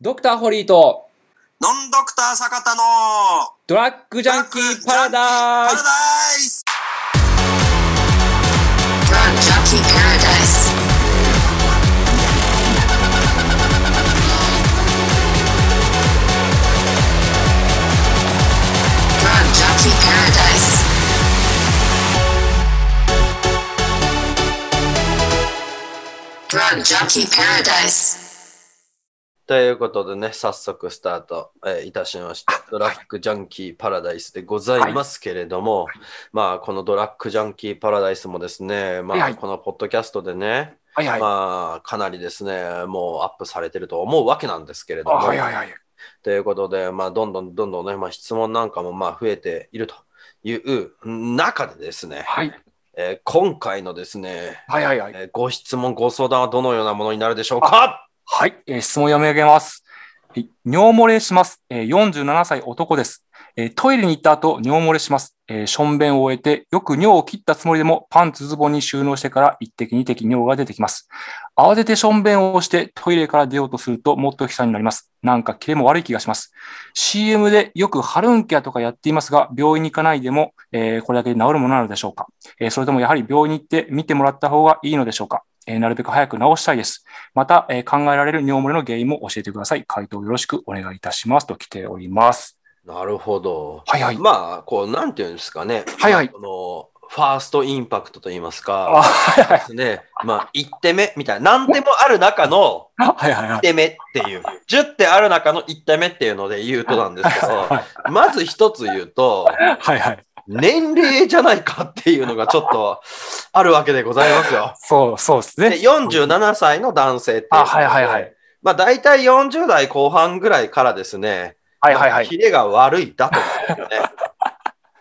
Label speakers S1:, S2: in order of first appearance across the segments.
S1: ドクターホリーと
S2: ノンドクター坂田の
S1: ドラッグジャンキーパラダイ
S2: パラ
S1: ス
S2: ダイス
S3: Drug Junkie Paradise. Drug Junkie Paradise.
S4: ということでね、早速スタート、えーいたしました。ドラッグジャンキーパラダイスでございますけれども、まあ、このドラッグジャンキーパラダイスもですね、ま
S5: は
S4: あ、
S5: いはい
S4: このポッドキャストでね、
S5: はいはい。
S4: まあ、かなりですね、もうアップされてると思うわけなんですけれど
S5: あ
S4: も、
S5: はいはいはい。
S4: ということで、まあ、どんどんどんどんね、まあ、質問なんかもまあ増えているという中でですね、
S5: はい
S4: えー今回のですね、
S5: はいはいはい。
S4: えーご質問、ご相談はどのようなものになるでしょうか
S5: はい、えー質問読み上げます。はい尿漏れします。えー47歳男です、えートイレに行った後、尿漏れします。えー、しょんべんを終えて、よく尿を切ったつもりでも、パンツズボンに収納してから1滴2滴尿が出てきます。慌ててしょんべんをして、トイレから出ようとすると、もっと悲惨になります。なんかキレも悪い気がします。CM でよくハルンケアとかやっていますが、病院に行かないでも、えーこれだけで治るものなのでしょうか、えーそれともやはり病院に行って見てもらった方がいいのでしょうか、えーなるべく早く治したいです。また、えー考えられる尿漏れの原因も教えてください。回答よろしくお願いいたしますと来ております。
S4: なるほど。
S5: はいはい。
S4: まあ、こう、なんていうんですかね。
S5: はいはい
S4: まあこの、ファーストインパクトと言います
S5: あ
S4: か、
S5: はいは
S4: で
S5: い。
S4: すね。まあ、1手目みたいな、何手もある中の
S5: はいはいは
S4: 1
S5: い。
S4: 手目っていう、10手ある中の1手目っていうので言うとなんですけど、
S5: は
S4: まず一つ言うと、
S5: はいはい。
S4: 年齢じゃないかっていうのがちょっとあるわけでございますよ。
S5: そう、そうです
S4: で
S5: ね。
S4: 47歳の男性っていう
S5: あ、はいはいはい。。
S4: まあ、大体40代後半ぐらいからですね、
S5: はいはいはい。
S4: キレが悪いだと思うんです よね。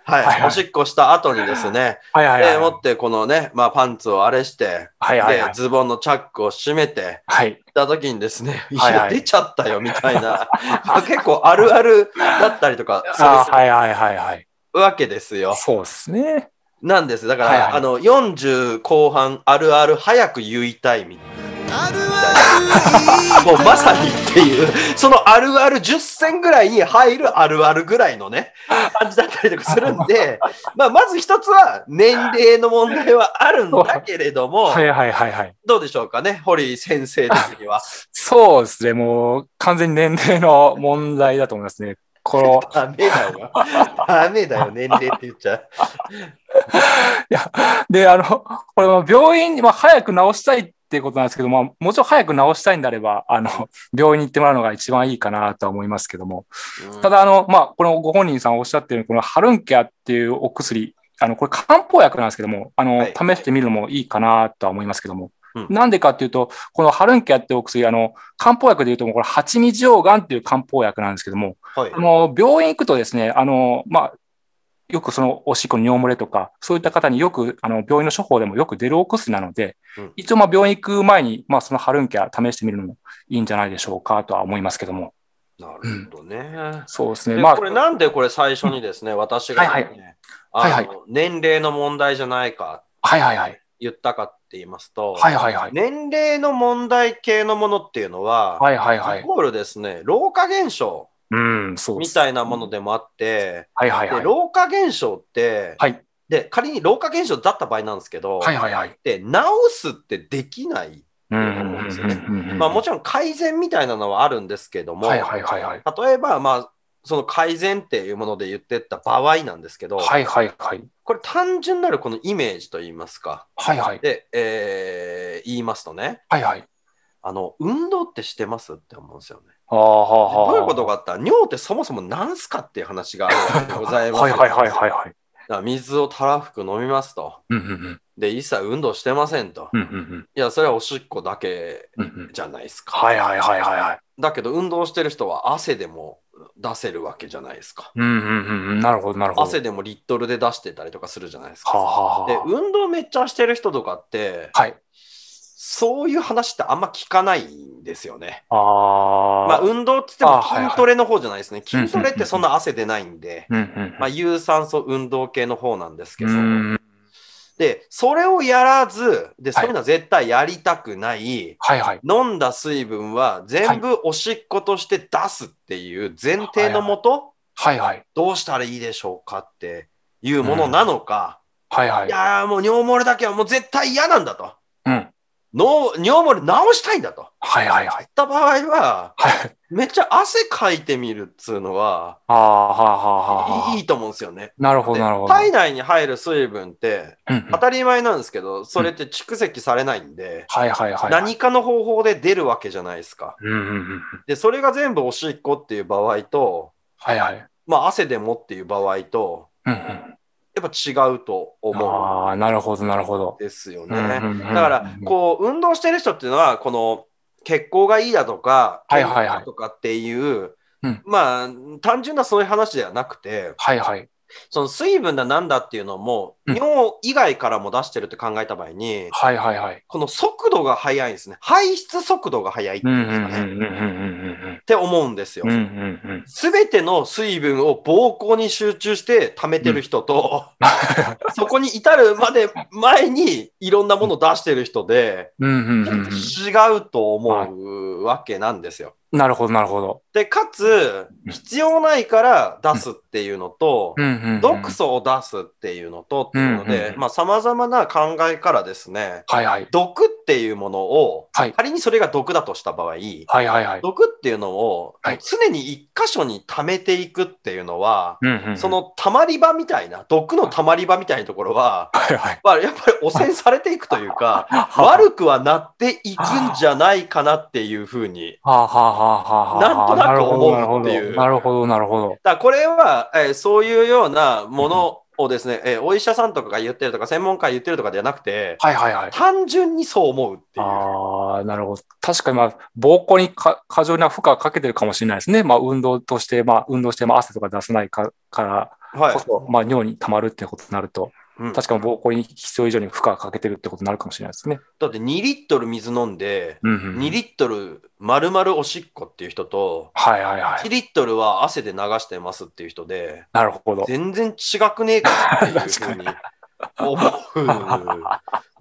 S4: はい、
S5: はいはい
S4: おしっこした後にですね、
S5: はいはいはい。
S4: で持ってこのね、まあ、パンツをあれして、
S5: はいはいは
S4: で
S5: い。
S4: ズボンのチャックを閉めて、
S5: はい。
S4: 行った時にですね、い
S5: はい
S4: や、
S5: はい
S4: 出ちゃったよみたいな、 まあ結構あるあるだったりとか
S5: あ
S4: す
S5: はいはいはいはい。
S4: るわけですよ。
S5: そうですね。
S4: なんです。だから、
S5: はいはい
S4: あの、40後半あるある早く言いたいみたいな。 もうまさにっていう、そのあるある10選ぐらいに入るあるあるぐらい のね、感じだったりとかするんで、まあ、まず一つは年齢の問題はあるんだけれども、
S5: はいはいはいはい。
S4: どうでしょうかね、堀先生的 には。
S5: そうですね。もう完全に年齢の問題だと思いますね。こ の、
S4: ダメだよ。ダメ だよ、年齢って言っちゃう。
S5: で、あの、これは病院に、まあ、早く治したいってことなんですけど、まあ、もちろん早く治したいんであれば、あの、病院に行ってもらうのが一番いいかなとは思いますけども、 ただ、あの、まあ、このご本人さんおっしゃってる、このハルンケアっていうお薬、あの、これ漢方薬なんですけども、あの、
S4: はい
S5: 試してみるのもいいかなとは思いますけども、
S4: うん
S5: なんでかっていうと、このハルンケアってお薬、あの、漢方薬でいうと、これ、蜂蜜溶岩っていう漢方薬なんですけども、
S4: はい
S5: あの病院行くとですね、あのまあ、よくそのおしっこの尿漏れとか、そういった方によくあの病院の処方でもよく出るお薬なので、
S4: うん
S5: 一応まあ病院行く前に、まあ、そのハルンケア試してみるのもいいんじゃないでしょうかとは思いますけども。
S4: なるほどね。
S5: そうですね。
S4: で
S5: まあ
S4: こ、れなんでこれ最初にですね、私が
S5: はい
S4: ですね、
S5: はいはい
S4: あの年齢の問題じゃないか
S5: はいはいはい。
S4: 言ったかって言いますと、
S5: はいはいはい。
S4: 年齢の問題系のものっていうのは、
S5: はいはいは
S4: イ
S5: い。
S4: コールですね、老化現象
S5: うん、そうで
S4: み
S5: す。は
S4: たいなものでもあって、
S5: いはいは
S4: で
S5: い。
S4: 老化現象って、
S5: はい
S4: で、仮に老化現象だった場合なんですけど、
S5: はいはいはい。
S4: で治すってできない、
S5: うんう
S4: と
S5: ん
S4: 思うんですよ
S5: う
S4: ね
S5: んうん。
S4: まあ、もちろん改善みたいなのはあるんですけども、
S5: はいはいはいはい。
S4: 例えば、まあ、その改善っていうもので言ってった場合なんですけど、
S5: はいはいはい。
S4: これ単純なるこのイメージと言いますか、
S5: はいはい。
S4: で、えー言いますとね、
S5: はいはい。
S4: あの、運動ってしてますって思うんですよね。
S5: あーはーはー
S4: どういうことかって言ったら尿ってそもそも何すかっていう話があるわけでございます。
S5: はいはいはいはいはい。
S4: だから水をたらふく飲みますと。
S5: うんうんうん。
S4: で、一切運動してませんと。
S5: うんうんうん
S4: いや、それはおしっこだけ
S5: うんうん。
S4: じゃないですか。
S5: はいはいはいはいはい。
S4: だけど、運動してる人は汗でも出せるわけじゃないですか。
S5: うんうんうんうん。なるほどなるほど。
S4: 汗でもリットルで出してたりとかするじゃないです
S5: はあ、
S4: か。
S5: はあはあ
S4: で、運動めっちゃしてる人とかって、
S5: はい。
S4: そういう話ってあんま聞かないんですよね。
S5: ああ。
S4: まあ、運動って言って
S5: あ
S4: も
S5: はいはい
S4: 筋トレの方じゃないですね。
S5: うんうんうん
S4: 筋トレってそんな汗出ないんで。
S5: うんうん。
S4: まあ、有酸素運動系の方なんですけど、
S5: うん
S4: で、それをやらず、で、そういうのは絶対やりたくない、
S5: はいはい。
S4: 飲んだ水分は全部おしっことして出すっていう前提のもと、
S5: はいはい。
S4: どうしたらいいでしょうかっていうものなのか、
S5: はいはい
S4: い。やーもう尿漏れだけはもう絶対嫌なんだと。
S5: うん。
S4: の尿漏れ治したいんだと。
S5: はいはいはい
S4: 言っ。た場合は、
S5: はい。
S4: めっちゃ汗かいてみるっつうのは、
S5: ああ、はあはあはいあ。
S4: いと思うんですよね。
S5: なるほどなるほど。
S4: 体内に入る水分って
S5: うんうん
S4: 当たり前なんですけど、それって蓄積されないんで、
S5: はいはいはい。
S4: 何かの方法で出るわけじゃないですか。
S5: うんうんうん。
S4: で、それが全部おしっこっていう場合と、
S5: はいはい。
S4: まあ汗でもっていう場合と、
S5: うんうん。
S4: やっぱ違うと思
S5: ああ、なるほどなるほど
S4: うん。ですよ
S5: うんうん
S4: ね。
S5: うんうん
S4: だから、こう、運動してる人っていうのは、この血行がいいだとか、
S5: はいはいはい
S4: 健康だとかっていう
S5: うん、
S4: まあ、単純なそういう話ではなくて、
S5: はいはい。
S4: その水分だなんだっていうのも、
S5: うん
S4: 尿以外からも出してるって考えた場合に、
S5: はいはいはい。
S4: この速度が速いんですね。排出速度が速いっ
S5: うんうんうんうん
S4: て
S5: うんうん
S4: 思うんですよ
S5: うんうん。うん。うんうん。
S4: すべての水分を膀胱に集中して溜めてる人と、そこに至るまで前にいろんなものを出してる人で、
S5: うんうんうん
S4: 違うと思うわけなんですよ。
S5: うん。なるほどなるほど。
S4: で、かつ、必要ないから出すっていうのと、
S5: うんうんうん。
S4: 毒素を出すっていうのとっていうの
S5: うんうん
S4: で
S5: う、ん
S4: まあ、様々な考えからですね、
S5: はいはい。
S4: 毒っていうものを、
S5: はい
S4: 仮にそれが毒だとした場合、
S5: はいはいはい。
S4: 毒っていうのを
S5: はい
S4: 常に一箇所に溜めていくっていうのは、
S5: うんうんうん
S4: そ、の溜まり場みたいな、毒の溜まり場みたいなところは、
S5: はいはい。
S4: まあ、やっぱり汚染されていくという か、悪くはなっていくんじゃないかなっていうふうに。
S5: はあはあはあはあ。
S4: なんとなく思うっていう
S5: なるほど、なるほど。
S4: だからこれは、えーそういうようなものをですね、えーお医者さんとかが言ってるとか、専門家が言ってるとかではなくて、
S5: はいはいはい。
S4: 単純にそう思うっていう。
S5: ああ、なるほど。確かに、まあ、膀胱にか過剰な負荷をかけてるかもしれないですね。まあ、運動として、まあ、運動して、まあ、汗とか出さないかから
S4: はい
S5: こそ、まあ、尿に溜まるってことになると、
S4: うん
S5: 確かに膀胱に必要以上に負荷をかけてるってことになるかもしれないですね。
S4: だって2リットル水飲んで、
S5: うん、うん。
S4: 2リットル丸々おしっこっていう人と、
S5: はいはいは
S4: 1
S5: い。
S4: リットルは汗で流してますっていう人で、
S5: なるほど。
S4: 全然違くねえかってい うふうに思うん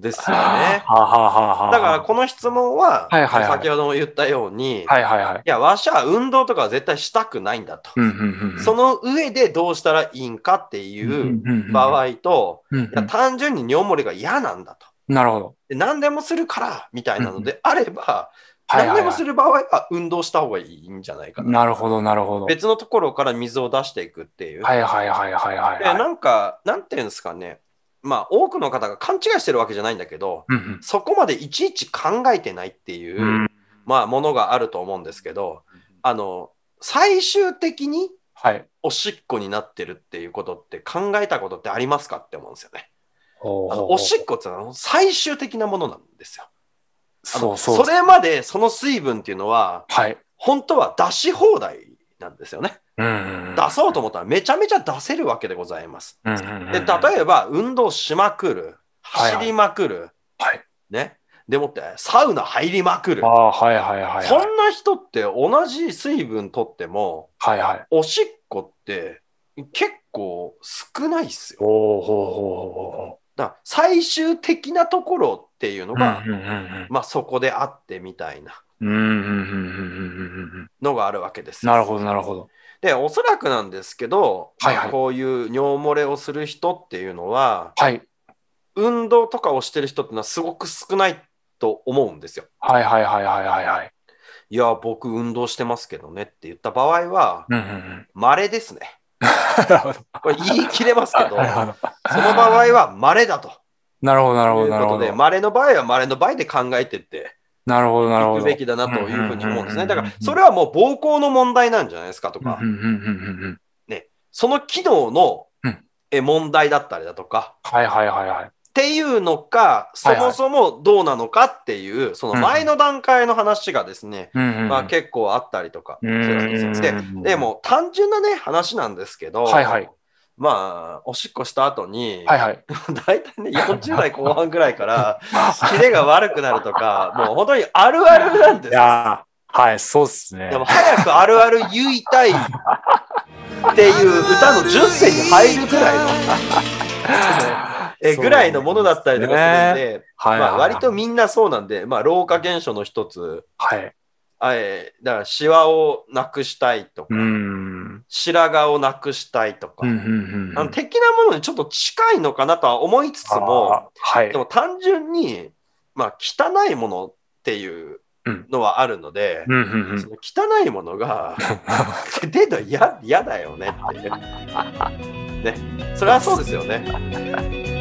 S4: ですよね。
S5: はあはあはあはあ
S4: だからこの質問は、
S5: はいはいはい
S4: 先ほども言ったように、い、
S5: はいはいはい。
S4: や、わしは運動とかは絶対したくないんだと。
S5: うんうんうん。
S4: その上でどうしたらいいんかっていう場合と、
S5: うんうん
S4: いや単純に尿漏れが嫌なんだと。
S5: なるほど。
S4: で何でもするからみたいなのであれば、
S5: はい
S4: 何
S5: はい
S4: で
S5: は
S4: も
S5: い
S4: す。る場合は運動した方がいいんじゃないかな。
S5: なるほど、なるほど。
S4: 別のところから水を出していくっていう。
S5: はいはいはいはいはい
S4: で
S5: はい。
S4: なんか、なんていうんですかね。まあ、多くの方が勘違いしてるわけじゃないんだけど、
S5: うんうん
S4: そこまでいちいち考えてないっていう、
S5: うん
S4: まあ、ものがあると思うんですけど、あの、最終的に
S5: はい。
S4: おしっこになってるっていうことって考えたことってありますかって思うんですよね。
S5: ほうほう
S4: あ
S5: ほ
S4: の
S5: う
S4: おしっこってのは最終的なものなんですよ。あ
S5: そ
S4: の
S5: うそう。
S4: れまでその水分っていうのは
S5: はい。
S4: 本当は出し放題なんですよね。
S5: うんうん。
S4: 出そうと思ったらめちゃめちゃ出せるわけでございます。
S5: うんうんうん。
S4: で例えば運動しまくる
S5: はいはい
S4: 走りまくる、
S5: はい。
S4: ねでもってサウナ入りまくる
S5: あ。あ、はいはいはい
S4: そ
S5: はい。
S4: んな人って同じ水分取っても
S5: はいはい。
S4: おしっこって結構少ないっすよ。
S5: ほうほうほうほうほ
S4: だから最終的なところっていうの
S5: う。
S4: が、
S5: うんうんうん
S4: まあそこであってみたいな
S5: うん。うんうんうんうんうんうんうん。
S4: のがあるわけですよ
S5: なるほど、なるほど。
S4: でおそらくなんですけど、
S5: はいはい
S4: まあこういう尿漏れをする人っていうのは
S5: はい。
S4: 運動とかをしてる人っていうのはすごく少ないと思うんですよ。
S5: はいはいはいはいはいはい。
S4: いや僕運動してますけどねって言った場合は
S5: うんうんうん。
S4: 稀ですね。
S5: なるほど。
S4: これ言い切れますけど
S5: なるほど
S4: その場合は稀だと
S5: なるほど、なる
S4: い
S5: ほ
S4: う
S5: ど、なる
S4: こと
S5: ほ
S4: で
S5: ど。
S4: 稀の場合は稀の場合で考えてって
S5: なるほど、なる
S4: 行
S5: ほ
S4: く
S5: ど。
S4: べきだなというふうに思うんです
S5: うんうんう
S4: ね。
S5: んうん
S4: だから、それはもう膀胱の問題なんじゃないですかとか
S5: う、んうんうんうんうん。
S4: その機能の
S5: うん
S4: え問題だったりだとか、
S5: はいはいはいはい。
S4: っていうのか、そもそもどうなのかっていう、その前の段階の話がですね、
S5: うんうん。
S4: まあ結構あったりとかす
S5: うんうん
S4: るわけです
S5: う
S4: よ。
S5: んう
S4: で
S5: んうん
S4: でも、単純なね、話なんですけど、
S5: はいはい
S4: まあ、おしっこした後に、
S5: はいはい。
S4: 大体ね、40代後半ぐらいから、 キレが悪くなるとか、もう本当にあるあるなんで
S5: い
S4: すよ。
S5: やーはい、そうっすね。
S4: でも早くあるある言いたいっていう歌の10選に入るくらいの。えぐらいのものだったりとかするんで、
S5: はい。
S4: まあ、割と、みんなそうなんで、まあ、老化現象の一つ、
S5: はい。
S4: あえーだからシワをなくしたいとか、
S5: うん。
S4: 白髪をなくしたいとか、
S5: うん、うん、う
S4: あ
S5: ん
S4: の。的なものにちょっと近いのかなとは思いつつも、
S5: あー、はい
S4: で。も単純に、まあ、汚いものっていうのはあるので、
S5: うん、うん、うん
S4: そ。の汚いも のが出るの嫌嫌だよねっていう。ね、それはそうですよね。